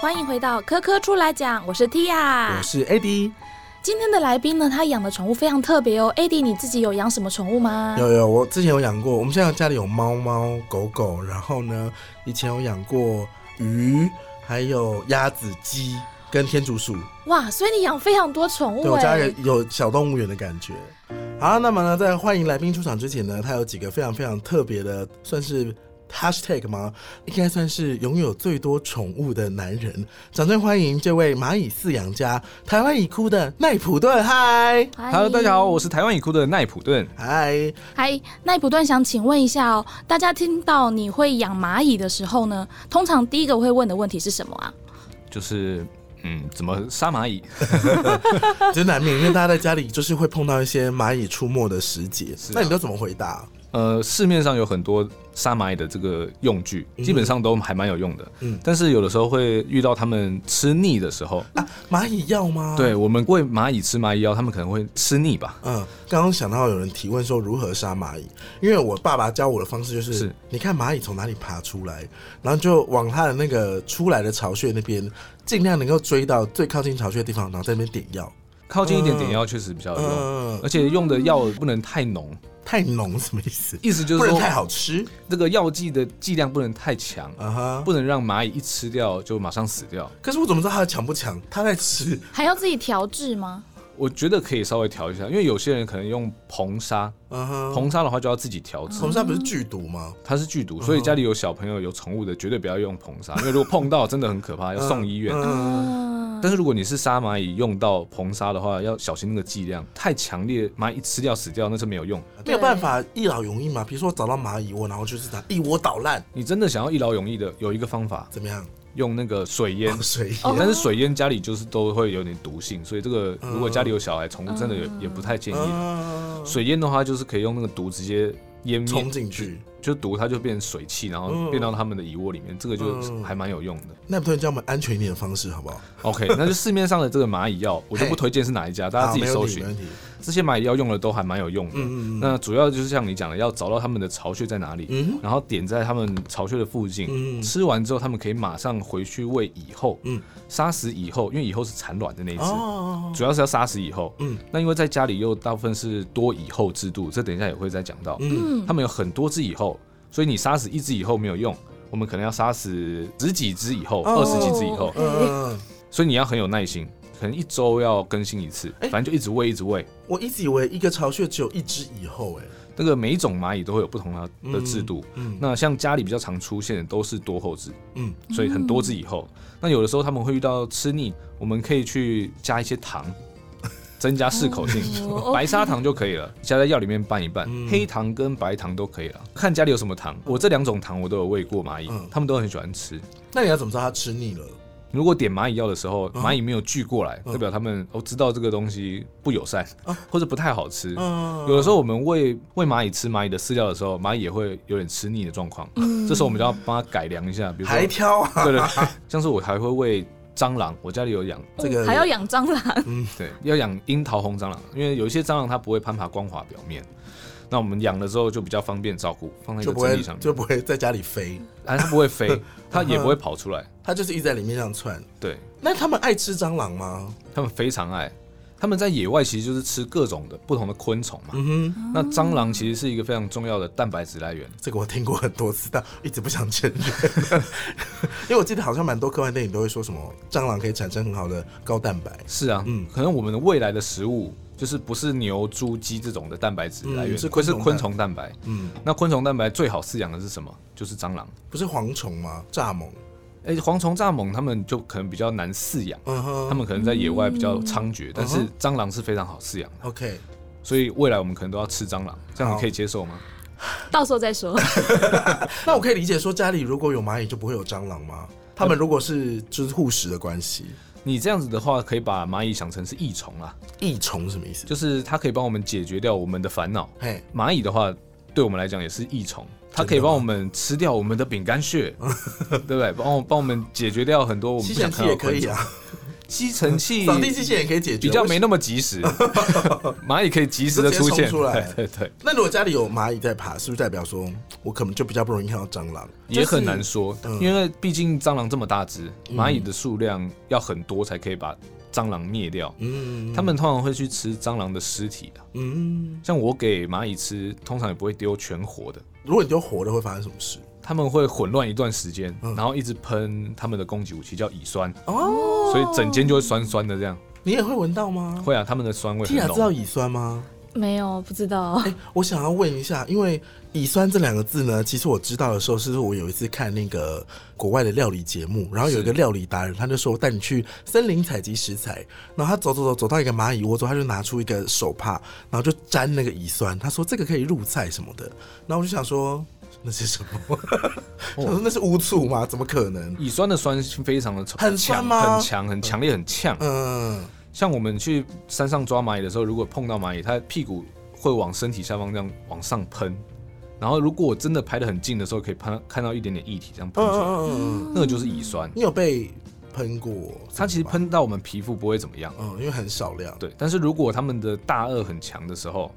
欢迎回到科科出来讲，我是 Tia，我是 AD。今天的来宾呢，他养的宠物非常特别哦。AD，你自己有养什么宠物吗？有有，我之前有养过，我们现在家里有猫猫狗狗，然后呢，以前有养过鱼，还有鸭子、鸡跟天竺鼠。哇，所以你养非常多宠物对我家哎也。有小动物园的感觉。好，那么呢，在欢迎来宾出场之前呢，他有几个非常非常特别的，算是 hashtag 吗？应该算是拥有最多宠物的男人。掌声欢迎这位蚂蚁饲养家、台湾已哭的奈普顿，嗨嗨 Hello，大家好，我是台湾已哭的奈普顿。嗨，嗨，那不断想请问一下哦，大家听到你会养蚂蚁的时候呢，通常第一个会问的问题是什么啊？就是，嗯，怎么杀蚂蚁？这难免，因为大家在家里就是会碰到一些蚂蚁出没的时节，是啊那你都怎么回答？呃，市面上有很多杀蚂蚁的这个用具，基本上都还蛮有用的。嗯嗯，但是有的时候会遇到它们吃腻的时候，啊，蚂蚁药吗？对，我们喂蚂蚁吃蚂蚁药，它们可能会吃腻吧。嗯，刚刚想到有人提问说如何杀蚂蚁，因为我爸爸教我的方式就是，是你看蚂蚁从哪里爬出来，然后就往它的那个出来的巢穴那边，尽量能够追到最靠近巢穴的地方，然后在那边点药。靠近一点点药确实比较有用，嗯、而且用的药不能太浓，太浓什么意思？意思就不是能说太好吃这个药剂的剂量不能太强，啊哈。不能让蚂蚁一吃掉就马上死掉。可是我怎么知道它强不强？它在吃，还要自己调制吗？我觉得可以稍微调一下，因为有些人可能用硼砂，啊哈。硼砂的话就要自己调制。红砂不是剧毒吗？它是剧毒，嗯所以家里有小朋友有宠物的，绝对不要用硼砂，因为如果碰到真的很可怕，要送医院。嗯，嗯，但是如果你是杀蚂蚁用到硼砂的话，要小心那个剂量，太强烈，蚂蚁吃掉死掉那是没有用。没有办法一劳永逸嘛。比如说我找到蚂蚁窝，然后就是它一窝捣烂，你真的想要一劳永逸的，有一个方法，怎么样？用那个水淹烟。水淹但是水烟家里就是都会有点毒性，所以这个如果家里有小孩，宠物真的也也不太建议。嗯水烟的话，就是可以用那个毒直接淹灭冲进去。就毒它就变水汽，然后变到它们的蚁窝里面，这个就嗯还蛮有用的。那不然教我们安全一点的方式好不好？ OK，那就市面上的这个蚂蚁药，我就不推荐是哪一家，大家自己好没搜问题寻没。问题。这些蚂蚁药用的都还蛮有用的。嗯嗯嗯那主要就是像你讲的，要找到它们的巢穴在哪里，嗯然后点在它们巢穴的附近。嗯吃完之后，它们可以马上回去喂蚁后，嗯杀死蚁后，因为蚁后是产卵的那一只，哦，主要是要杀死蚁后。嗯那因为在家里又大部分是多蚁后制度，这等一下也会再讲到。嗯它们有很多只蚁后，所以你杀死一只蚁后没有用，我们可能要杀死十几只蚁后、哦二十几只蚁后嗯。嗯，所以你要很有耐心，可能一周要更新一次，哎反正就一直喂，一直喂。我一直以为一个巢穴只有一只蚁后，哎，那个每一种蚂蚁都会有不同的的制度。嗯那像家里比较常出现的都是多后制，嗯所以很多只以后，那有的时候他们会遇到吃腻，我们可以去加一 些糖，增加适口性，哦白砂糖就可以了，加在药里面拌一拌，嗯黑糖跟白糖都可以了，看家里有什么糖。我这两种糖我都有喂过蚂蚁嗯，它们都很喜欢吃。那你要怎么知道它吃腻了？如果点蚂蚁药的时候，嗯蚂蚁没有聚过来，代表它们哦知道这个东西不友善啊，或者不太好吃。嗯，有的时候我们喂喂蚂蚁吃蚂蚁的饲料的时候，蚂蚁也会有点吃腻的状况，这时候我们就要帮它改良一下，比如说嗯还挑啊，对对对，像是我还会喂蟑螂，我家里有养， 这个还要养蟑螂， 对，要养樱桃红蟑螂，因为有一些蟑螂它不会攀爬光滑表面。那我们养了之后就比较方便照顾，放在一就个不整会理上面，就嗯不会在家里飞，啊，它不 会飞，它也不会跑出来。它就是一直在里面这样窜。对，那它们爱吃蟑螂吗？它们非常爱，它们在野外其实就是吃各种的不同的昆虫嘛。嗯哼，那蟑螂其实是一个非常重要的蛋白质来源，这个我听过很多次，但一直不想承认， 因为我记得好像蛮多科幻电影都会说什么蟑螂可以产生很好的高蛋白。是啊，嗯可能我们的未来的食物就是不是牛、猪、鸡这种的蛋白质来源，嗯是会昆是虫蛋昆虫蛋白。嗯，那昆虫蛋白最好饲养的是什么？就是蟑螂。不是蝗虫吗？蚱蜢。哎、蝗虫、蚱蜢它们就可能比较难饲养，嗯哼，它们可能在野外比较猖嗯獗，但是蟑螂是非常好饲养的， OK，所以未来我们可能都要吃蟑螂，这样好你可以接受吗？到时候再说。 那我可以理解说家里如果有蚂蚁就不会有蟑螂吗？他们如果是就是护食的关系，你这样子的话，可以把蚂蚁想成是益虫啊啦，益虫是什么意思？就是它可以帮我们解决掉我们的烦恼。嘿，蚂蚁的话，对我们来讲也是益虫，它可以帮我们吃掉我们 的饼干屑，对不对？帮我帮我们解决掉很多我们吸不尘想器看到也的可昆以虫。啊，吸尘器 扫地机器人也可以解决，比较为什没那么 及时，蚂蚁可以及时的出就直接现，冲出来对对对，那如果家里有蚂蚁在爬，是不是代表说我可能就比较不容易看到蟑螂？也很难说，嗯因为毕竟蟑螂这么大只，蚂蚁的数量要很多才可以把蟑螂灭掉。嗯，他们通常会去吃蟑螂的尸体啊，嗯，像我给蚂蚁吃，通常也不会丢全活的，如果你丢活的会发生什么事？他们会混乱一段时间，嗯然后一直喷他们的攻击武器叫乙酸，哦，所以整间就会酸酸的这样。你也会闻到吗？会啊，他们的酸味很 Tia 知道浓。乙酸吗？哎没有，不知道。我想要问一下，因为乙酸这两个字呢，其实我知道的时候，是我有一次看那个国外的料理节目，然后有一个料理达人，他就说我带你去森林采集食材，然后他走走走走到一个蚂蚁窝之后，他就拿出一个手帕，然后就沾那个乙酸，他说这个可以入菜什么的，然后我就想说。那是什么？ 我说那是乌醋吗？怎么可能？乙酸的酸性非常的强很酸吗很强，很强烈，很呛。嗯，像我们去山上抓蚂蚁的时候，如果碰到蚂蚁，它屁股会往身体下方这样往上喷，然后如果我真的拍得很近的时候，可以看看到一点点液体这样嗯喷出嗯来，嗯嗯，那个就是乙酸。你有被喷过？它其实喷到我们皮肤不会怎么样，嗯，因为很少量。对。但是如果它们的大颚很强的时候，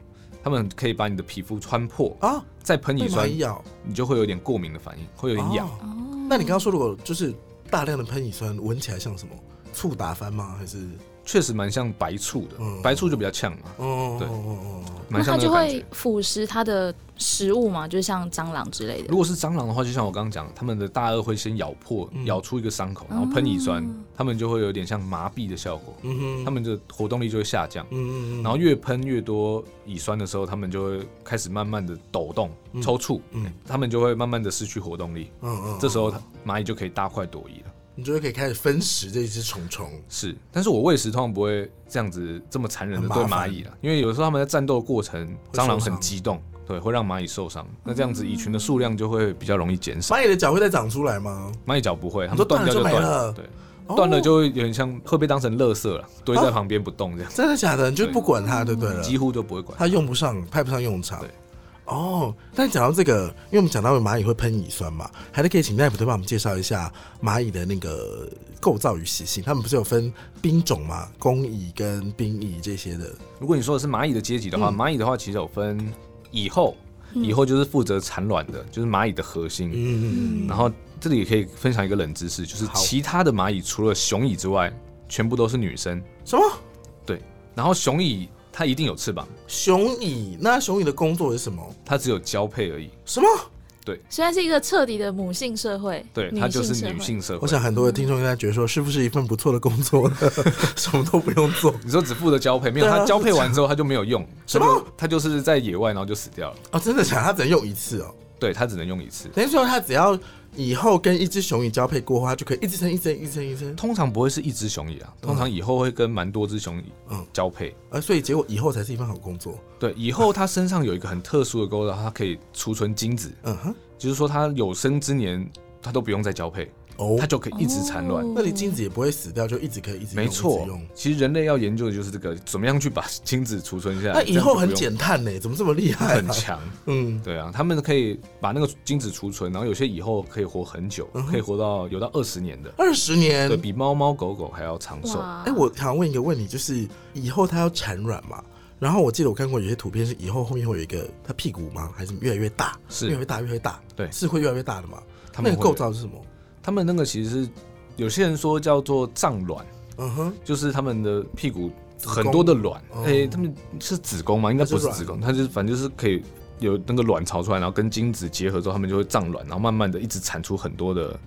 它们可以把你的皮肤穿破，啊，再喷被乙蚂酸蚁，咬，你就会有点过敏的反应，会有点痒。哦哦那你刚刚说，如果就是大量的喷乙酸，闻起来像什么？醋打翻吗？还是确实蛮像白醋的，嗯白醋就比较呛嘛，哦，对哦哦哦那蛮像它那就个感会觉。腐蚀它的食物嘛，就像蟑螂之类的如。果是蟑螂的话，就像我刚刚讲，它们的大颚会先咬破，嗯咬出一个伤口，然后喷乙酸，它们就会有点像麻痹的效果，哦嗯哼，它们的活动力就会下降。嗯嗯嗯，然后越喷越多乙酸的时候，它们就会开始慢慢的抖动、抽搐，嗯它们就会慢慢的失去活动力。嗯嗯，这时候它蚂蚁就可以大快朵颐了。你就会可以开始分食这一只虫虫。是，但是我喂食通常不会这样子这么残忍很的麻对烦蚂蚁了，因为有时候它们在战斗的过程，会蟑螂受伤很激动，对，会让蚂蚁受伤。那这样子蚁群的数量就会比较容易减少。蚂蚁的脚会再长出来吗？蚂蚁脚不会，它你说们断掉就嗯断了就断没了，了对，哦断了就会有点像会被当成垃圾了，堆在旁边不动这样，真的假的？你就对不管它就对了，几乎就不会管。它用不上，派不上用场对。哦，但讲到这个，因为我们讲到蚂蚁会喷乙酸嘛，还是可以请奈普推帮我们介绍一下蚂蚁的那个构造与习性。它们不是有分兵种吗？工蚁跟兵蚁这些的。如果你说的是蚂蚁的阶级的话，嗯蚂蚁的话其实有分蚁后，蚁后就是负责产卵的，就是蚂蚁的核心。嗯，然后这里也可以分享一个冷知识，就是好其他的蚂蚁除了雄蚁之外，全部都是女生。什么对，然后雄蚁它一定有翅膀，雄蚁？那雄蚁的工作是什么？它只有交配而已。什么？虽然是一个彻底的母性社会，对，女它就社是会女。性社我会。想很多的听众应该觉得说，是不是一份不错的工作呢？ 什么都不用做。你说只负责交配，没有对啊它交配完之后它就没有用，什它么就它就是在野外然后就死掉了。哦，真的假的？它只能用一次哦。对，它只能用一次。等于说，它只要以后跟一只雄蚁交配过后，它就可以一直生、一直生、一直生、一直生。通常不会是一只雄蚁啊，通常以后会跟蛮多只雄蚁嗯交配。呃，所以结果以后才是一份好工作。对，以后它身上有一个很特殊的构造，它可以储存精子，嗯哼，就是说它有生之年它都不用再交配，哦它，就可以一直产卵。哦那你精子也不会死掉，就一直可以一直用没一错直用，其实人类要研究的就是这个，怎么样去把 精子储存下来。那以后这样很就不用减碳呢？怎么这么厉害、很啊？强， 嗯，对啊，他们可以把那个精子储存，然后有些以后可以活很久，嗯可以活到有到二十年的，二十年对。比猫猫狗狗还要长寿。哇哎、我想问一个问题，就是以后它要产卵嘛？然后我记得我看过有些图片是以后后面会有一个它屁股吗？还是越来越大？是越来越大，越来越大。对是会越来越大的嘛？他那们个会构，造是什么？他们那个其实是有些人说叫做胀卵，嗯哼，就是他们的屁股很多的卵，哦哎、他们是子宫吗？应该不是还是子宫，它就是反正就是可以有那个卵巢出来，然后跟精子结合之后，他们就会胀卵，然后慢慢的一直产出很多的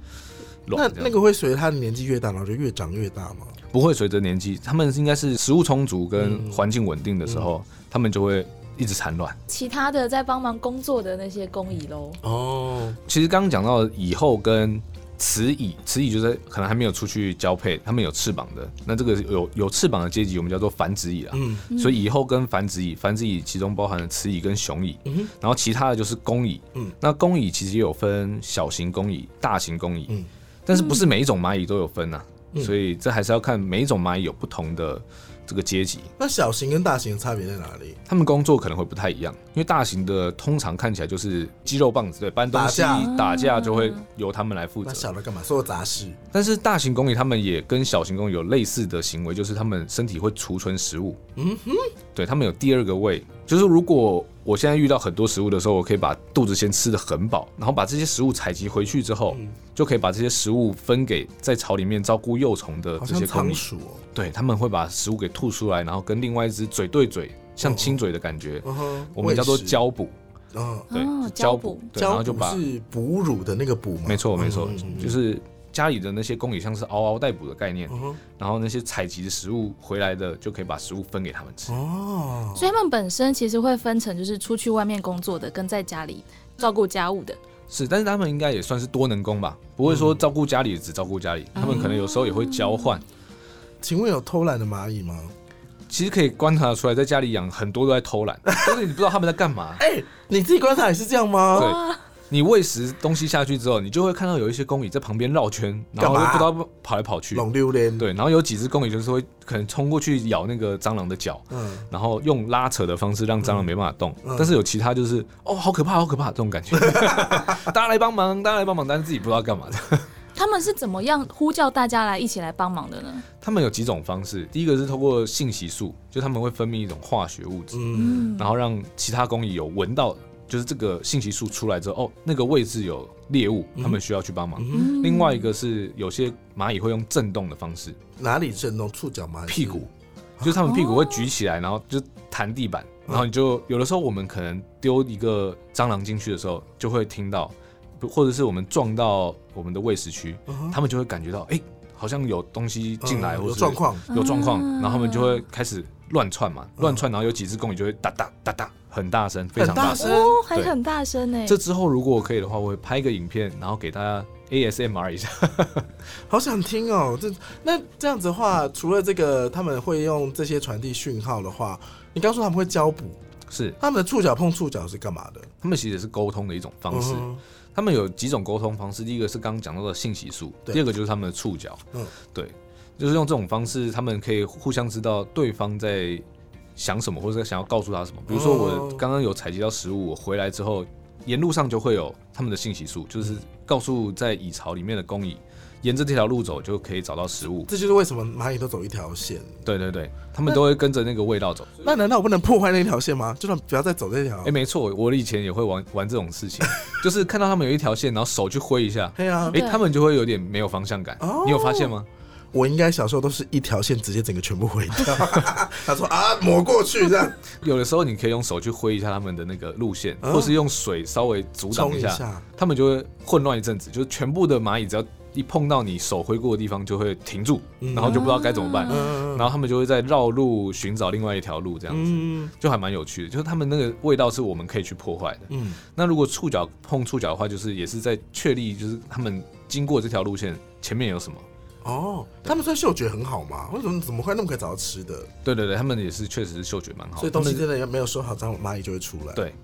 那卵。这样那个会随着它的年纪越大，然后就越长越大吗？不会随着年纪，他们应该是食物充足嗯跟环境稳定的时候，他们就会一直产卵。其他的在帮忙工作的那些工蚁喽，哦，其实刚刚讲到蚁后跟雌蚁，雌蚁就是可能还没有出去交配，它们有翅膀的。那这个有有翅膀的阶级，我们叫做繁殖蚁啊。嗯所以蚁后跟繁殖蚁，繁殖蚁其中包含了雌蚁跟雄蚁，嗯哼然后其他的就是公蚁。嗯那公蚁其实也有分小型公蚁、大型公蚁，嗯但是不是每一种蚂蚁都有分呐、啊嗯所以这还是要看每一种蚂蚁有不同的这个阶级，那小型跟大型的差别在哪里？他们工作可能会不太一样，因为大型的通常看起来就是肌肉棒子，对，搬东西、打嗯打架架就会由他们来负那责。小的干嘛？做杂事。但是大型工蚁他们也跟小型工蚁有类似的行为，就是他们身体会储存食物。嗯哼，对他们有第二个胃，就是如果我现在遇到很多食物的时候，我可以把肚子先吃的很饱，然后把这些食物采集回去之后，嗯就可以把这些食物分给在巢里面照顾幼虫的好呃这像些工仓蚁。鼠哦、对，他们会把食物给吐出来，然后跟另外一只嘴对嘴，哦像亲嘴的感觉，嗯哼，我们叫做喂食。交补，嗯，对，哦就交交补补，对，然后就把交补是哺乳的那个哺吗？没错，没错嗯，嗯就是家里的那些公蚁像是嗷嗷待哺的概念，嗯哼然后那些采集的食物回来的就可以把食物分给他们吃。哦，所以他们本身其实会分成，就是出去外面工作的，跟在家里照顾家务的。是，但是他们应该也算是多能工吧，不会嗯说照顾家里只照顾家里，他们可能有时候也会交换。请问有偷懒的蚂蚁吗？其实可以观察出来，在家里养很多都在偷懒，但是你不知道他们在干嘛。哎、你自己观察也是这样吗？对你喂食东西下去之后，你就会看到有一些公蚁在旁边绕圈，然干后就嘛不知道跑来跑去。龙榴莲，，对，然后有几只公蚁就是会可能冲过去咬那个蟑螂的脚，嗯，然后用拉扯的方式让蟑螂没办法动。嗯但是有其他就是哦，好可怕，好可怕这种感觉， 大家来帮忙，大家来帮忙，但是自己不知道干嘛的。他们是怎么样呼叫大家来一起来帮忙的呢？他们有几种方式，第一个是透过信息素，就他们会分泌一种化学物质，嗯，嗯，然后让其他公蚁有闻到，就是这个信息素出来之后，哦，那个位置有猎物，他们需要去帮忙。嗯另外一个是有些蚂蚁会用震动的方式，哪里震动？触角吗？屁股，啊就是他们屁股会举起来，然后就弹地板，然后你就有的时候我们可能丢一个蟑螂进去的时候，就会听到，不或者是我们撞到我们的喂食区，他们就会感觉到，哎、好像有东西进来，嗯或有者状，况，有状况，嗯然后他们就会开始乱窜嘛，嗯乱窜，然后有几只公蚁就会哒哒哒哒，很大声，非常很大大声。声哦，还对很大声呢。这之后如果可以的话，我会拍个影片，然后给大家 ASMR 一下。好想听哦。这那这样子的话，除了这个，他们会用这些传递讯号的话，你刚说他们会交补，是，他们的触角碰触角是干嘛的？他们其实也是沟通的一种方式。嗯他们有几种沟通方式，第一个是刚刚讲到的信息素，对第二个就是他们的触角，嗯对，就是用这种方式，他们可以互相知道对方在想什么，或者想要告诉他什么。比如说我哦刚刚有采集到食物，我回来之后，沿路上就会有他们的信息素，就是告诉在蚁巢里面的公蚁，沿着这条路走就可以找到食物。这就是为什么蚂蚁都走一条线。对对对，他们都会跟着那个味道走。那难道我不能破坏那条线吗？就算不要再走这条哎、。没错，我以前也会玩玩这种事情，就是看到他们有一条线，然后手去挥一下，对啊，对哎、他们就会有点没有方向感。哦你有发现吗？我应该小时候都是一条线直接整个全部毁掉。 他说啊，抹过去这 样，有的时候你可以用手去挥一下他们的那个路线，嗯或是用水稍微阻挡冲一一下，下他们就会混乱一阵子。就是全部的蚂蚁只要一碰到你手挥过的地方，就会停住，嗯然后就不知道该怎么办，嗯然后他们就会再绕路寻找另外一条路，这样子、嗯就还蛮有趣的。就是他们那个味道是我们可以去破坏的。嗯，那如果触角碰触角的话，就是也是在确立，就是他们经过这条路线前面有什么。哦，他们算嗅觉很好吗？为什么怎么会那么快找到吃的？对对对，他们也是确实是嗅觉蛮好的，所以东他西们真的要没有收好，蟑螂蚂蚁就会出来。对，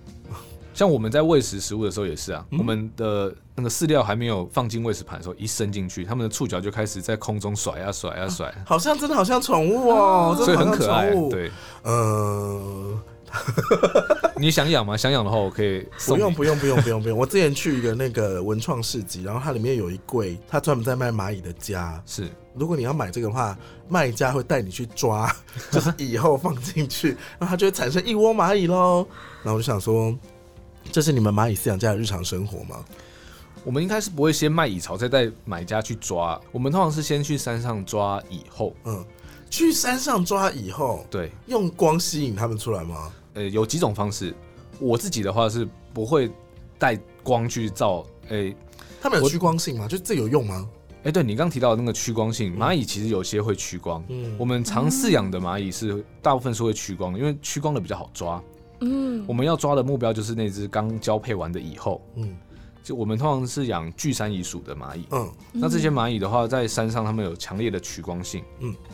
像我们在喂食食物的时候也是啊，嗯我们的那个饲料还没有放进喂食盘的时候，一伸进去，它们的触角就开始在空中甩啊甩啊甩啊，好像真的好像宠物哦，真 所以的好很像可爱宠啊。物。，对，呃，你想养吗？想养的话，我可以不送用你。不用不用不用不用。我之前去一个那个文创市集，然后它里面有一柜，它专门在卖蚂蚁的家。是，如果你要买这个的话，卖家会带你去抓， 就是以后放进去，然后它就会产生一窝蚂蚁喽。然后我就想说，这是你们蚂蚁饲养家的日常生活吗？我们应该是不会先卖蚁巢，再带买家去抓。我们通常是先去山上抓蚁后，嗯，去山上抓蚁后，对，用光吸引它们出来吗？呃，有几种方式。我自己的话是不会带光去照，呃诶、它们有我趋光性吗？就这有用吗？哎、对你刚提到的那个趋光性，蚂蚁其实有些会趋光。嗯我们常饲养的蚂蚁是大部分是会趋光的，因为趋光的比较好抓。嗯我，们要抓的目标就是那只刚交配完的蚁后。嗯就我们通常是养巨山蚁属的蚂蚁，嗯那这些蚂蚁的话，在山上它们有强烈的趋光性。嗯嗯，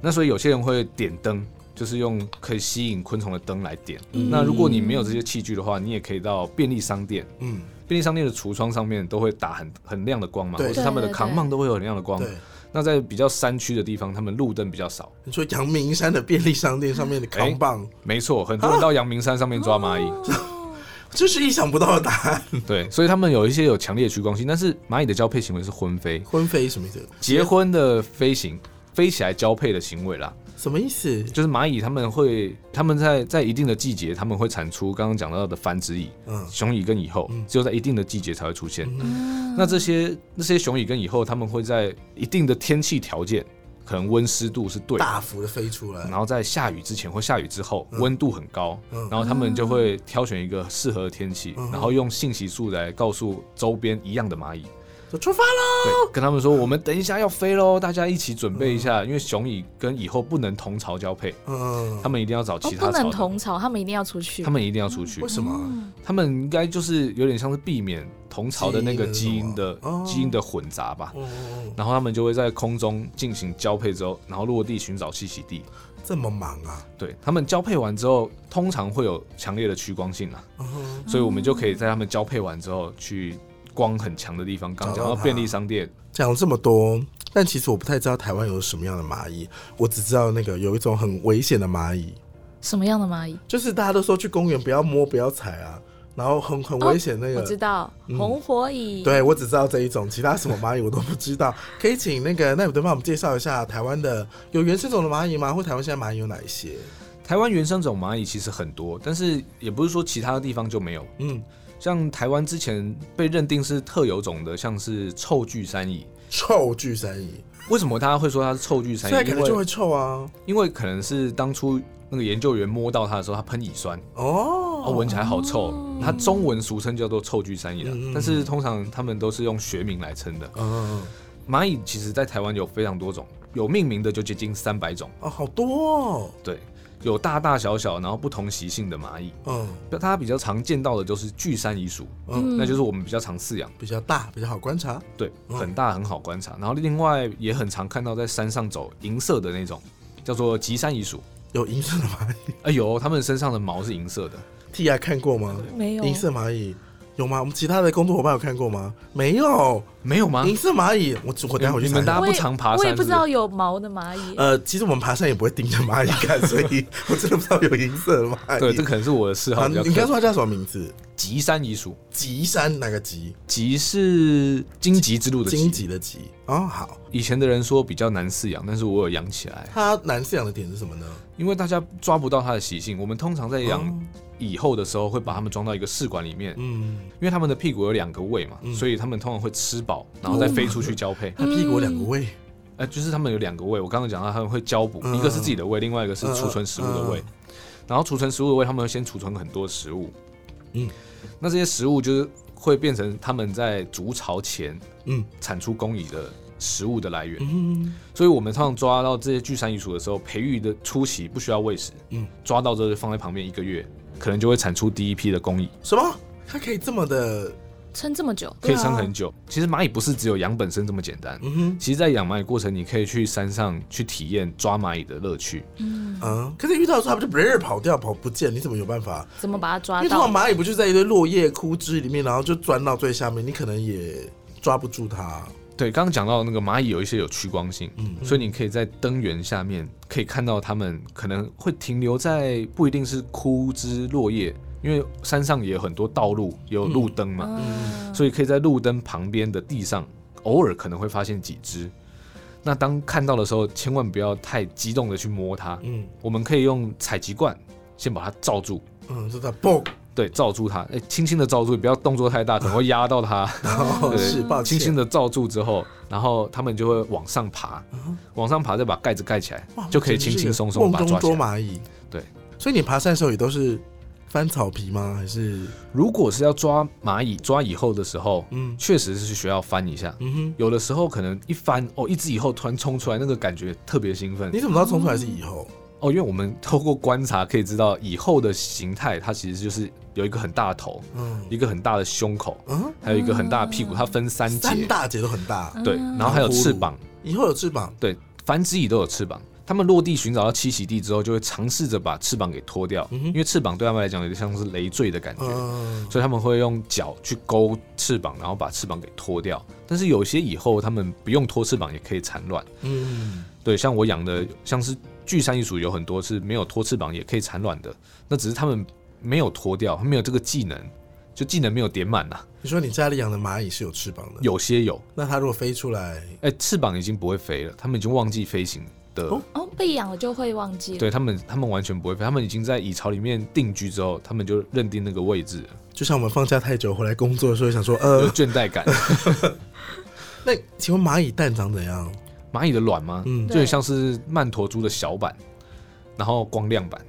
那所以有些人会点灯，就是用可以嗯吸引昆虫的灯来点。那如果你没有这些器具的话，你也可以到便利商店嗯便利商店的橱窗上面都会打很很亮的光嘛，对或是他们的对对对扛棒都会有很亮的光。对，那在比较山区的地方，他们路灯比较少。你说阳明山的便利商店上面的扛棒，没错，很多人到阳明山上面抓蚂蚁，啊这是意想不到的答案。对，所以他们有一些有强烈的趋光性，但是蚂蚁的交配行为是婚飞， 婚飞什么意思？结婚的飞行飞起来交配的行为啦，什么意思？就是蚂蚁他们会，他们在在一定的季节，他们会产出刚刚讲到的繁殖蚁、嗯，雄蚁跟蚁后，只有在一定的季节才会出现。嗯那这些那些雄蚁跟蚁后，他们会在一定的天气条件，可能温湿度是对的，大幅的飞出来然，后在下雨之前或下雨之后，温度很高，嗯然后他们就会挑选一个适合的天气，嗯然后用信息素来告诉周边一样的蚂哦蚁，就出发了。对，跟他们说我们等一下要飞喽，大家一起准备一下，因为雄蚁跟蚁后不能同巢交配，嗯，他们一定要找哦其，他不能巢的，同巢，他们一定要出去。他们一定要出去嗯为，什么？他们应该就是有点像是避免同巢的那个基因的基因的那种哦基因的混杂吧。嗯哦哦，然后他们就会在空中进行交配之后，然后落地寻找栖息地。哦这么忙啊？对他们交配完之后，通常会有强烈的趋光性啊，嗯所以我们就可以在他们交配完之后去光很强的地方。刚刚讲找到到它便利商店，讲了这么多，但其实我不太知道台湾有什么样的蚂蚁，我只知道那个有一种很危险的蚂蚁，什么样的蚂蚁？就是大家都说去公园不要摸、不要踩啊，然后很很危险那哦我个。知道，嗯红火蚁。对，我只知道这一种，其他什么蚂蚁我都不知道。可以请那个奈普顿帮我们介绍一下台湾的有原生种的蚂蚁吗？或台湾现在蚂蚁有哪一些？台湾原生种蚂蚁其实很多，但是也不是说其他的地方就没有。嗯，像台湾之前被认定是特有种的，像是臭巨山蚁。臭巨山蚁，为什么大家会说它是臭巨山现在蚁？可因能就会为臭啊。因为可能是当初那个研究员摸到它的时候，它喷乙酸，哦，哦，闻起来好臭。它中文俗称叫做臭巨山蚁啦嗯嗯嗯，但是通常他们都是用学名来称的。嗯，蚂蚁其实在台湾有非常多种，有命名的就接近三百种，哦，好多哦，对，有大大小小，然后不同习性的蚂蚁。嗯那它比较常见到的就是巨山蚁属，嗯，那就是我们比较常饲养，比较大，比较好观察。对，嗯很大很好观察。然后另外也很常看到在山上走银色的那种，叫做吉山蚁 属。有银色的蚂蚁，哎呦，它们身上的毛是银色的， T I 看过吗？没有银色蚂蚁有吗？我们其他的工作伙伴有看过吗？没有，没有吗银？色蚂蚁，我我等一下回去啊查你一们下大。家我也啊不常爬山我也不是知不是道有毛的蚂蚁。呃，其实我们爬山也不会盯着蚂蚁看，所以 我真的不知道有银色的蚂蚁。对，这可能是我的嗜啊好比你较你刚特说它叫什么名字？吉山蚁属，吉山哪个吉？吉是荆棘之路的荆棘。棘的棘。哦，好。以前的人说比较难饲养，但是我有养起来，它难饲养的点是什么呢？因为大家抓不到它的习性。我们通常在哦养蚁后的时候，会把它们装到一个试管里面，嗯，因为它们的屁股有两个胃嘛，所以它们通常会吃饱，然后再飞出去交配。它屁股嗯有两个胃。呃，就是它们有两个胃，我刚刚讲到它们会交补，嗯一个是自己的胃，另外一个是储存食物的胃。嗯然后储存食物的胃，它们会先储存很多食物。嗯，那这些食物就是会变成它们在筑巢前嗯产出公蚁的食物的来源。嗯，所以我们通常抓到这些巨山蚁属的时候，培育的初期不需要喂食，嗯嗯，抓到之后就放在旁边一个月，可能就会产出第一批的公蚁，什么？它可以这么的？撑这么久，可对以啊撑很久。其实蚂蚁不是只有养本身这么简单，嗯其实在养蚂蚁过程，你可以去山上去体验抓蚂蚁的乐趣。嗯哼啊，可是遇到的时候它不就不是跑掉跑不见？你怎么有办法？怎么把它因抓为通到常？蚂蚁不就在一堆落叶枯枝里面，然后就钻到最下面，你可能也抓不住它。对，刚刚讲到那个蚂蚁有一些有趋光性，嗯所以你可以在灯源下面可以看到它们可能会停留在不一定是枯枝落叶，因为山上也有很多道路，也有路灯嘛，嗯所以可以在路灯旁边的地上，偶尔可能会发现几只。那当看到的时候，千万不要太激动的去摸它。嗯我们可以用采集罐先把它罩住，嗯，就在蹦，对，罩住它，哎，轻轻的罩住，不要动作太大，可能会压到它。然啊后对是抱歉，轻轻的罩住之后，然后它们就会往上爬，往上爬再把盖子盖起来嗯哇，就可以轻轻松松把它梦中抓起捉来。蚂蚁。对，所以你爬山的时候也都是翻草皮吗？还是如果是要抓蚂蚁抓蚁后的时候，嗯确实是需要翻一下。嗯有的时候可能一翻哦，一只蚁后突然冲出来，那个感觉特别兴奋哼？你怎么知道冲出来是蚁后？哦，因为我们透过观察可以知道蚁后的形态，它其实就是有一个很大的头，嗯一个很大的胸口，嗯，还有一个很大的屁股，它分三节嗯三，大节都很大，嗯对，然后还有翅膀，蚁后有翅膀，对，繁殖蚁都有翅膀，它们落地寻找到栖息地之后，就会尝试着把翅膀给脱掉，因为翅膀对它们来讲有点像是累赘的感觉，嗯，所以他们会用脚去勾翅膀，然后把翅膀给脱掉。但是有些以后它们不用脱翅膀也可以产卵。嗯，对，像我养的像是巨山一属，有很多是没有脱翅膀也可以产卵的，那只是它们没有脱掉，它没有这个技能，就技能没有点满呐、你说你家里养的蚂蚁是有翅膀的，有些有，那它如果飞出来，哎、翅膀已经不会飞了，它们已经忘记飞行的。哦哦，被养了就会忘记了。对他们，他们完全不会飞，他们已经在蚁巢里面定居之后，他们就认定那个位置了，就像我们放假太久回来工作的时候，想说，有呃，倦怠感。那请问蚂蚁蛋长怎样？蚂蚁的 卵吗？嗯就很像是曼陀珠的小版，然后光亮版，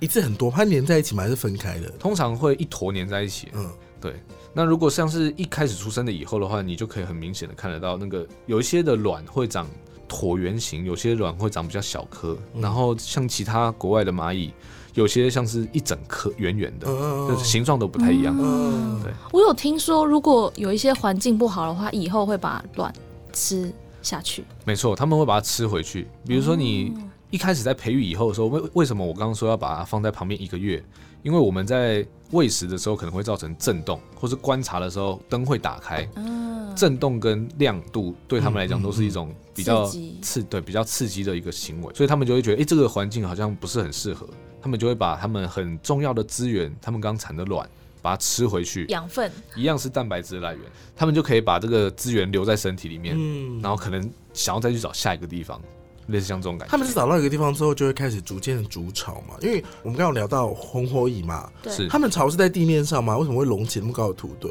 一次很多，它粘在一起吗？还是分开的？通常会一坨粘在一起。嗯，对，那如果像是一开始出生的以后的话，你就可以很明显的看得到，那个有一些的卵会长椭圆形，有些卵会长比较小颗，嗯然后像其他国外的蚂蚁，有些像是一整颗圆圆的，嗯就是形状都不太一样。嗯对我有听说，如果有一些环境不好的话，以后会把卵吃下去。没错，他们会把它吃回去。比如说你嗯一开始在培育以后的时候，为为什么我刚刚说要把它放在旁边一个月？因为我们在喂食的时候可能会造成震动，或是观察的时候灯会打开，嗯，震动跟亮度对他们来讲都是一种比较刺激刺对比较刺激的一个行为，所以他们就会觉得，哎、这个环境好像不是很适合，他们就会把他们很重要的资源，他们刚产的卵，把它吃回去，养分一样是蛋白质的来源，他们就可以把这个资源留在身体里面，嗯，然后可能想要再去找下一个地方，类似像这种感觉。他们是找到一个地方之后，就会开始逐渐的筑巢嘛。因为我们刚刚有聊到红火蚁嘛，对是他们巢是在地面上嘛，为什么会隆起那么高的土堆？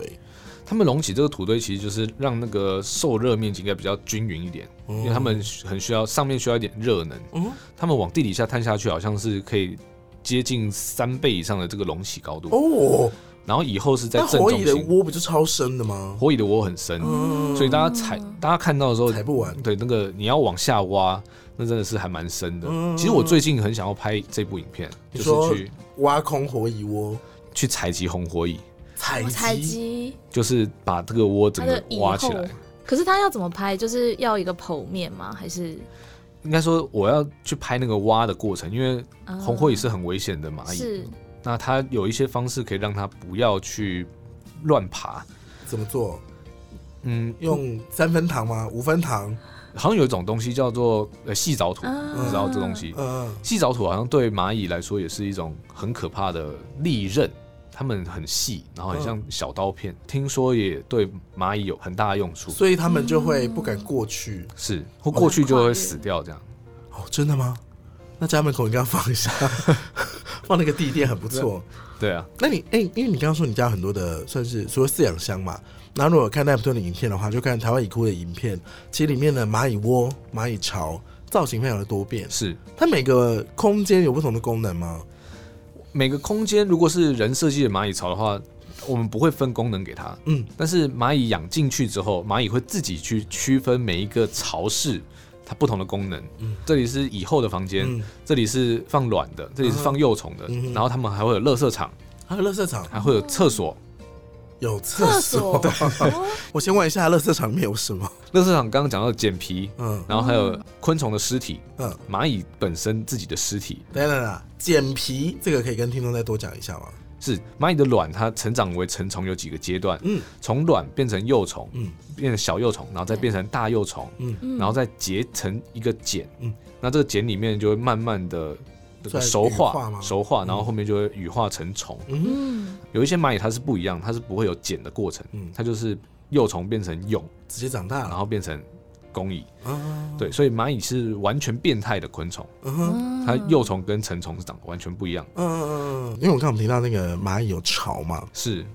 他们隆起这个土堆，其实就是让那个受热面积应该比较均匀一点，因为他们很需要上面需要一点热能，哦嗯他们往地底下探下去，好像是可以接近三倍以上的这个隆起高度，哦，然后以后是在那正火中蚁的心。窝不就超深的吗？火蚁的窝很深，所以大家踩，大家看到的时候踩不完对，那个你要往下挖，那真的是还蛮深的。其实我最近很想要拍这部影片，嗯你就说是去挖空火蚁窝，去采集红火蚁，采我采集，集就是把这个窝整它的个以挖后起来。。可是它要怎么拍？就是要一个剖面吗？还是应该说我要去拍那个挖的过程，因为嗯红火蚁是很危险的蚂蚁，是那它有一些方式可以让它不要去乱爬。怎么做？嗯，用三分糖吗？五分糖？好像有一种东西叫做呃细藻土，啊你知道这东西？嗯、细藻土好像对蚂蚁来说也是一种很可怕的利刃，它们很细，然后很像小刀片。听说也对蚂蚁有很大的用处，所以他们就会不敢过去。是或过去就会死掉这样。哦，真的吗？那家门口应该放一下，放那个地垫很不错。对啊，那你哎、因为你刚刚说你家有很多的算是除了饲养箱嘛，然后如果看奈普顿的影片的话，就看台湾蚁窟的影片，其实里面的蚂蚁窝、蚂蚁巢造型非常的多变。是它每个空间有不同的功能吗？每个空间如果是人设计的蚂蚁巢的话，我们不会分功能给它。嗯，但是蚂蚁养进去之后，蚂蚁会自己去区分每一个巢室它不同的功能。嗯，这里是蚁后的房间，嗯这里是放卵的，这里是放幼虫的，嗯哼哦然后它们还会有垃圾场，还有垃圾场，还会有厕所。有厕厕所？哦 我先问一下，垃圾场里面有什么？垃圾场刚刚讲到捡皮，嗯然后还有昆虫的尸体，嗯，蚂蚁本身自己的尸体等一下等等，剪皮这个可以跟听众再多讲一下吗？是蚂蚁的卵，它成长为成虫有几个阶段，嗯，从卵变成幼虫，嗯，变成小幼虫，然后再变成大幼虫，嗯然后再结成一个茧，嗯，那这个茧里面就会慢慢的算是熟羽化化吗，嗯熟化，然后后面就会羽化成虫。嗯，有一些蚂蚁它是不一样，它是不会有茧的过程，嗯啊它就是幼虫变成蛹，直接长大然了后变成工蚁，啊，对，所以蚂蚁是完全变态的昆虫。嗯哼。它幼虫跟成虫是长得完全不一样。嗯，因为我刚刚我们提到那个蚂蚁有巢嘛，是，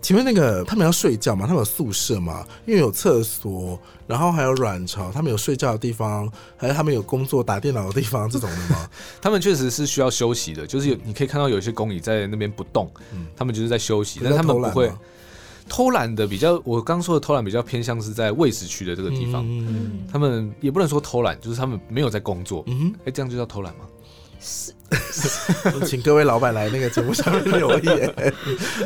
请问那个他们要睡觉吗？他们有宿舍吗？因为有厕所，然后还有卵巢，他们有睡觉的地方，还有他们有工作打电脑的地方这种的吗？它们确实是需要休息的，就是有嗯你可以看到有一些公蚁在那边不动，它们就是在休息，不但是在是它们偷不懒会吗偷懒的比较。我刚说的偷懒比较偏向是在喂食区的这个地方，嗯它们也不能说偷懒，就是它们没有在工作。嗯哎、这样就叫偷懒吗？请各位老板来那个节目上面留言。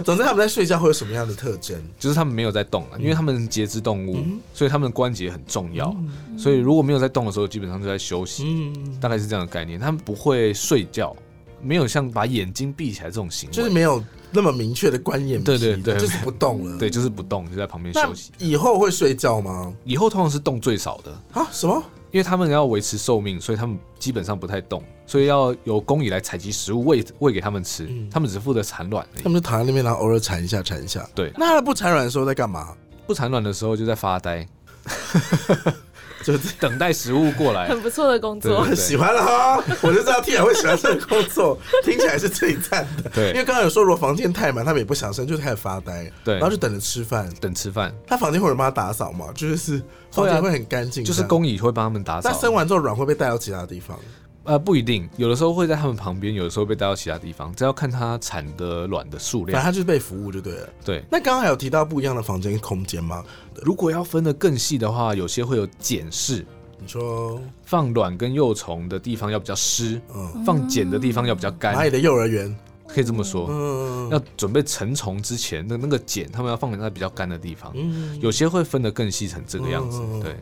总之，他们在睡觉会有什么样的特征？就是他们没有在动啊嗯了，因为他们是节肢动物，所以他们的关节很重要，所以如果没有在动的时候，基本上就在休息，嗯，大概是这样的概念。他们不会睡觉，没有像把眼睛闭起来这种行为，就是没有那么明确的关眼皮，对对对就是不动了。对，，就是不动，就在旁边那休息。以后会睡觉吗？以后通常是动最少的，啊，什么？因为他们要维持寿命，所以他们基本上不太动，所以要由工蚁来采集食物喂喂给他们吃，他们只负责产卵而他已。们就躺在那边，然后偶尔缠一下，缠一下。对，那他不产卵的时候在干嘛？不产卵的时候就在发 呆，就等待食物过 来。很不错的工对作。对喜欢了哈， 我就知道 T 然会喜欢这个工作，听起来是最赞的。对因为刚刚有说，如果房间太满，他们也不想生，就开始发呆，对然后就等着吃饭。等吃饭，他房间会有人帮他打扫嘛？就是房会啊间会很干净，就是公。工蚁会帮他们打那生扫。完之后，卵会被带到其他地方。呃，不一定，有的时候会在他们旁边，有的时候被带到其他地方，这要看它产的卵的数反正量。他就是被服务就对了。对，那刚刚还有提到不一样的房间空间吗？如果要分得更细的话，有些会有茧室，你说，放卵跟幼虫的地方要比较湿，嗯，放茧的地方要比较蚂蚁干，的幼儿园，可以这么说。嗯，要准备成虫之前，那那个茧他们要放在比较干的地方，嗯有些会分得更细成这个样子嗯嗯嗯，对，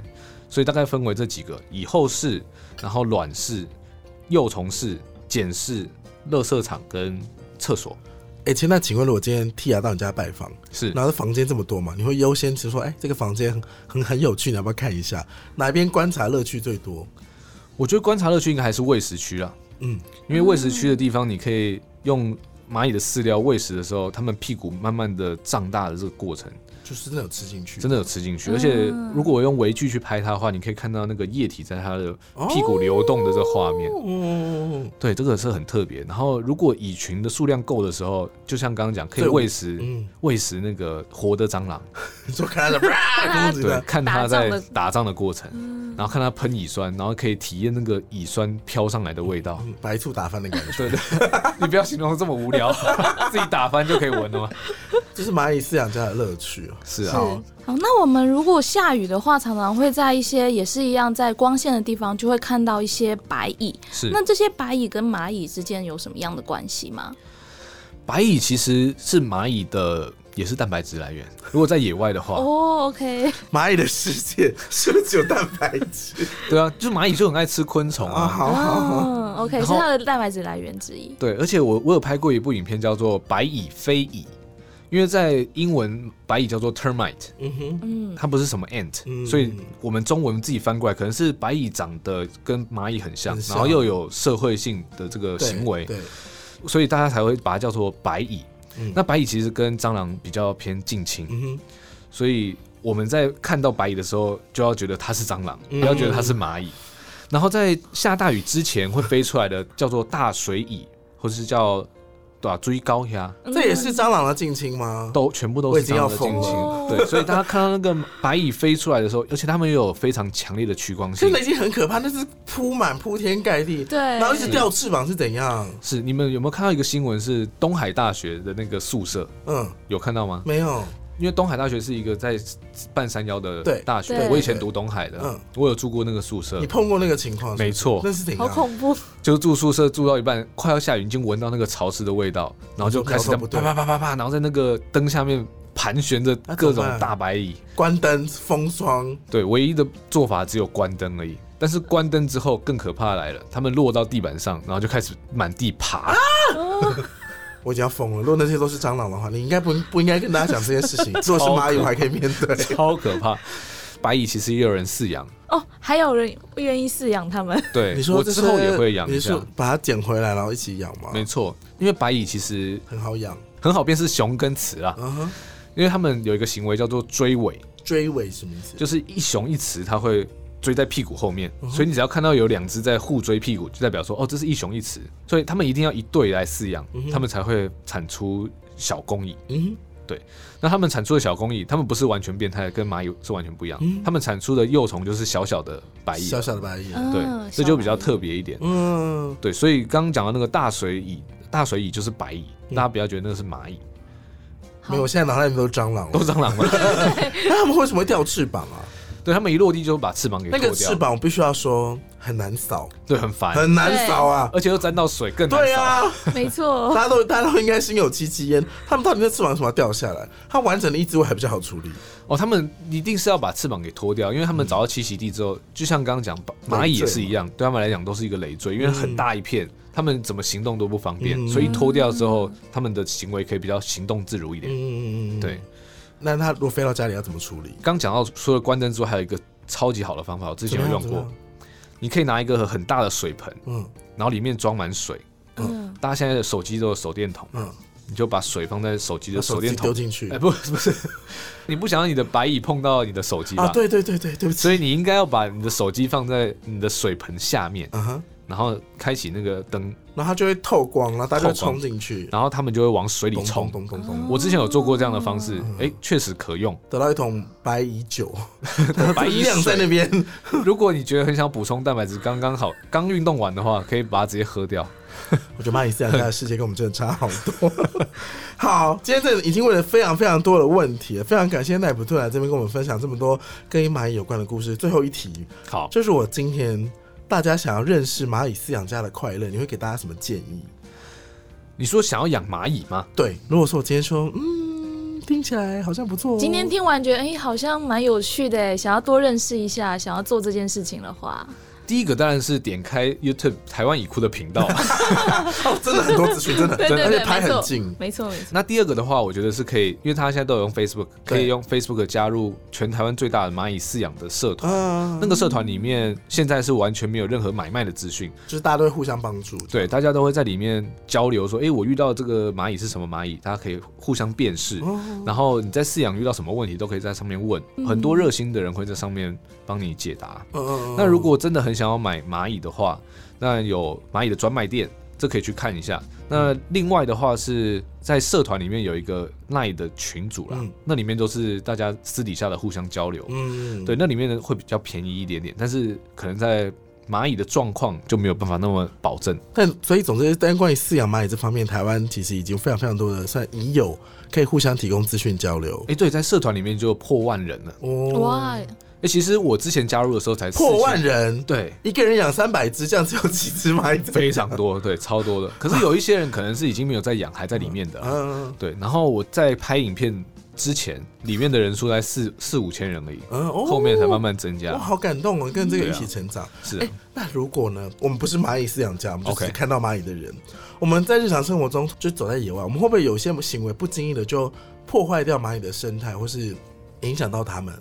所以大概分为这几个：以后室，然后卵室、幼虫室、茧室、垃圾场跟厕所。哎，亲，那请问，如果今天 T 牙到你家拜访，是然后房间这么多嘛，你会优先其实说，哎、这个房间很很很有趣，你要不要看一下？哪边观察乐趣最多？我觉得观察乐趣应该还是喂食区啦，嗯，因为喂食区的地方，你可以用蚂蚁的饲料喂食的时候，它们屁股慢慢的胀大的这个过程，就是真的有吃进去，真的有吃进去。而且嗯如果我用围具去拍它的话，你可以看到那个液体在它的哦屁股流动的这个画面。嗯，对，这个是很特别。然后，如果蚁群的数量够的时候，就像刚刚讲，可以对我喂食、嗯喂食那个活的蟑螂，你说看它的啪公子对，的，看打它仗在的嗯打仗的过程，然后看它喷乙酸，然后可以体验那个乙酸飘上来的味道。嗯白醋打翻的感觉，对 对，你不要形容得这么 无聊，自己打翻就可以闻了吗？这是蚂蚁饲养家的乐趣哦。是啊，好，好，那我们如果下雨的话，常常会在一些也是一样在光线的地方，就会看到一些白蚁。是。那这些白蚁跟蚂蚁之间有什么样的关系吗？白蚁其实是蚂蚁的，也是蛋白质来源。如果在野外的话，哦，OK、o k 蚂蚁的世界是不是只有蛋白 质对啊，就是蚂蚁就很爱吃昆虫啊？啊。好好好，嗯，OK，然是后它的蛋白质来源之一。对，而且我我有拍过一部影片叫做《白蚁非蚁》，因为在英文白蚁叫做 termite，嗯哼，嗯，它不是什么 ant，、嗯所以我们中文自己翻过来可能是白蚁长得跟蚂蚁很像，很像然后又有社会性的这个对行为，对，所以大家才会把它叫做白蚁。嗯那白蚁其实跟蟑螂比较偏近亲，嗯哼，所以我们在看到白蚁的时候，就要觉得它是蟑螂，嗯不要觉得它是蚂蚁。然后在下大雨之前会飞出来的叫做大水蚁，或者是叫对吧、追高呀，嗯这也是蟑螂的近亲吗？都全部都我是已经蟑要螂的近亲疯了。对，所以大家看到那个白蚁飞出来的时候，而且它们又有非常强烈的趋光性真的。已经很可怕，那是铺满铺天盖地，对然后一直掉翅膀是怎样？是你们有没有看到一个新闻？是东海大学的那个宿舍嗯，有看到吗？没有，因为东海大学是一个在半山腰的对大学对，我以前读东海的嗯，我有住过那个宿舍你。碰过那个情况是不是？没错那是怎好样？恐怖，就是住宿舍住到一半，快要下雨，已经闻到那个潮湿的味道，然后就开始这你样说不对啪啪啪啪啪，然后在那个灯下面盘旋着那怎各么种办大白蚁。关灯、封窗，对，唯一的做法只有关灯而已。但是关灯之后更可怕来了，它们落到地板上，然后就开始满地啊爬。我已经要疯了。如果那些都是蟑螂的话，你应该不不应该跟大家讲这件事情。如果是蚂蚁，我还可以面对。超可怕。白蚁其实也有人饲养，哦，还有人愿意饲养它们， 对，你说我这之是后也会养你一是下说。把它捡回来，然后一起养吗？没错，因为白蚁其实很好养。很好辨识雄跟雌啊啦，嗯哼，因为它们有一个行为叫做追尾，追尾什么意思？就是一雄一雌，它会追在屁股后面，嗯所以你只要看到有两只在互追屁股，就代表说哦，这是一雄一雌，所以它们一定要一对来饲养，它们才会产出小公蚁。嗯那它们产出的小公蚁，它们不是完全变态，跟蚂蚁是完全不一样嗯，它们产出的幼虫就是小小的白哼，蚁，啊小小的白蚁。嗯啊啊对，这就比较特别一点。嗯，对，所以刚刚讲到那个大水蚁，大水蚁就是白蚁，嗯大家不要觉得那个是蚂蚁，好没有，我现在脑袋里面都是蟑螂都 了。是蟑螂嘛。那它们为什么会掉翅膀啊？ 对，它们一落地就把翅膀给那脱个掉。翅膀，我必须要说，很难扫，对，很烦，很难扫啊。而且又沾到水更难对扫。啊，没大错，家都大家都应该心有戚戚焉。他们到底在翅膀什么掉下来？它完整的一只我还比较好处理。哦，他们一定是要把翅膀给脱掉，因为他们找到栖息地之后，就像刚刚讲蚂蚁也是一嗯样，对他们来讲都是一个累赘，因为很大一片，他们怎么行动都不方便，嗯所以脱掉之后，他们的行为可以比较行动自如一点。嗯嗯嗯嗯，对，。那它如果飞到家里要怎么处理？刚讲到除了关灯之外，还有一个超级好的方法，我之前有用怎么样嗯过，你可以拿一个很大的水盆，怎么样然后里面装满水。哦嗯，大家现在的手机都有手电筒，嗯你就把水放在手机嗯，的手电机丢筒。进去哎、。不是不是， 你不想让你的白蚁碰到你的手机吧？啊，对对对对，对不起。所以你应该要把你的手机放在你的水盆下面，嗯哼，然后开启那个灯，然后它就会透光，然后大家就会透光冲进去，然后他们就会往水里咚冲咚。咚咚咚，嗯我之前有做过这样的方式，哎、确实可用。得到一桶白蚁酒， 白蚁量在那水，边。如果你觉得很想补充蛋白质，刚刚好，刚运动完的话，可以把它直接喝掉。我觉得蚂蚁饲养家的世界跟我们真的差好多。 好，今天这已经问了非常非常多的问题了，非常感谢奈普顿来这边跟我们分享这么多跟蚂蚁有关的故事。最后一题，好，就是我今天大家想要认识蚂蚁饲养家的快乐，你会给大家什么建议？你说想要养蚂蚁吗？对，如果说我今天说，嗯，听起来好像不错、哦，今天听完觉得哎、好像蛮有趣的哎，想要多认识一下，想要做这件事情的话，第一个当然是点开 YouTube 台湾蚁库的频 道。哦，真的很多资讯，真的， 对对而且对，拍没很错近，，没错没错，那第二个的话，我觉得是可以，因为他现在都有用 Facebook，可对以用 Facebook 加入全台湾最大的蚂蚁饲养的社团。嗯，那个社团里面现在是完全没有任何买卖的资讯，就是大家都会互相帮助，对，大家都会在里面交流说，诶，我遇到这个蚂蚁是什么蚂蚁，大家可以互相辨识。哦然后你在饲养遇到什么问题，都可以在上面问，很多热心的人会在上面帮你解答。嗯，嗯嗯那如果真的很想要买蚂蚁的话，那有蚂蚁的专卖店，这可以去看一下。那嗯另外的话是在社团里面有一个赖的群组啦，嗯那里面都是大家私底下的互相交流。嗯，对，那里面的会比较便宜一点点，但是可能在蚂蚁的状况就没有办法那么保证。但所以总之，但关于饲养蚂蚁这方面，台湾其实已经非常非常多的算已有可以互相提供资讯交流哎、。对，在社团里面就破万人了。哦，哇，哎、其实我之前加入的时候才破4000万，人，对，一个人养三百只，这样只有几只蚂蚁？ 非常多，对，超多的。可是有一些人可能是已经没有在养，还在里面的。嗯对，然后我在拍影片之前，里面的人数在四四五千人而已，嗯，哦后面才啊慢慢增加我。好感动哦，跟这个一起成长。是哎、啊，那如果呢？我们不是蚂蚁饲养家，我们就只是 OK 看到蚂蚁的人。我们在日常生活中就走在野外，我们会不会有些行为不经意的就破坏掉蚂蚁的生态，或是影响到它们？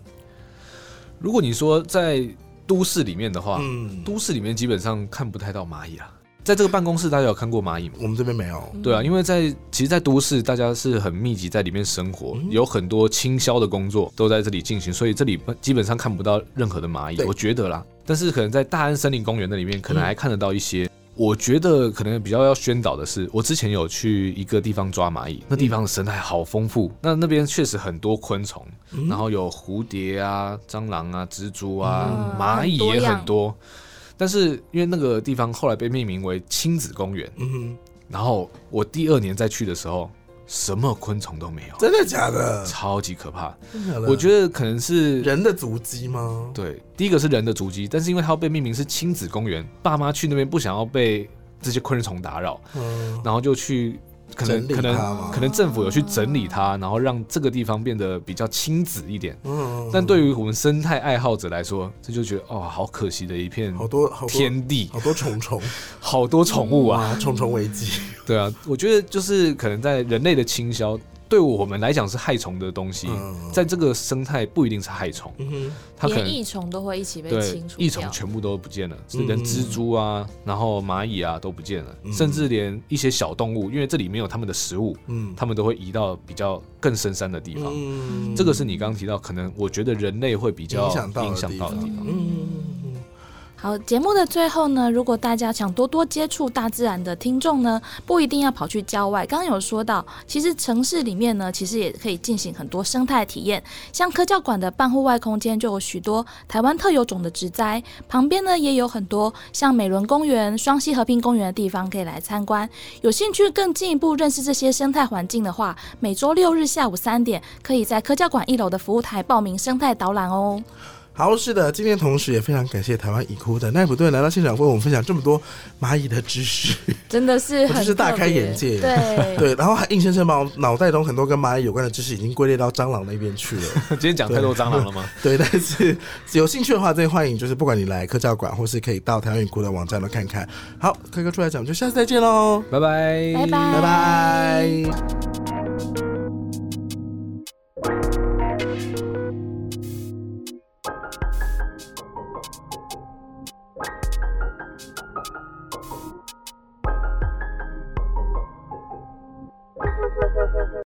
如果你说在都市里面的话，嗯，都市里面基本上看不太到蚂蚁啊。在这个办公室，大家有看过蚂蚁吗？我们这边没有。对啊，因为在其实，在都市，大家是很密集在里面生活，有很多倾销的工作都在这里进行，所以这里基本上看不到任何的蚂蚁，对我觉得啦。但是可能在大安森林公园那里面，可能还看得到一些。我觉得可能比较要宣导的是，我之前有去一个地方抓蚂蚁，那地方的生态好丰富，那那边确实很多昆虫，然后有蝴蝶啊、蟑螂啊、蜘蛛啊嗯、蚂蚁也很多样很多。但是因为那个地方后来被命名为亲子公园，嗯，然后我第二年再去的时候，什么昆虫都没有，真的假的？超级可怕。真的假的我觉得可能是啊人的足迹吗？对，第一个是人的足迹，但是因为它要被命名是亲子公园，爸妈去那边不想要被这些昆虫打扰，嗯，然后就去。可能整理可它吗能可能政府有去整理它，然后让这个地方变得比较亲子一点。嗯但对于我们生态爱好者来说，这就觉得哦，好可惜的一片好多好多天地，好多虫虫好多宠物啊。哇，虫虫危 机。对啊，我觉得就是可能在人类的倾销，对我们来讲是害虫的东西，嗯在这个生态不一定是害虫，嗯它可连能益虫都会一起被对清除益虫掉全部都不见了，是嗯连蜘蛛啊，然后蚂蚁啊都不见了，甚至连一些小动物，因为这里没有它们的食物，嗯它们都会移到比较更深山的地方。嗯这个是你刚刚提到，可能我觉得人类会比较影响到的影响到的地地方。 嗯，好，节目的最后呢，如果大家想多多接触大自然的听众呢，不一定要跑去郊外。刚刚有说到，其实城市里面呢，其实也可以进行很多生态体验，像科教馆的半户外空间就有许多台湾特有种的植栽，旁边呢也有很多像美伦公园、双溪和平公园的地方可以来参观。有兴趣更进一步认识这些生态环境的话，每周六日下午三点，可以在科教馆一楼的服务台报名生态导览哦。好，是的，今天同时也非常感谢台湾已哭的奈普顿来到现场，为我们分享这么多蚂蚁的知识。真的是我很就是大特开别眼界 对对，然后还硬生生把我脑袋中很多跟蚂蚁有关的知识已经归类到蟑螂那边去 了。今天讲太多蟑螂了吗？对，但是有兴趣的话，真的欢迎，就是不管你来科教馆，或是可以到台湾语库的网站都看看。好，科哥出来讲，我们就下次再见喽，拜拜，拜拜拜拜。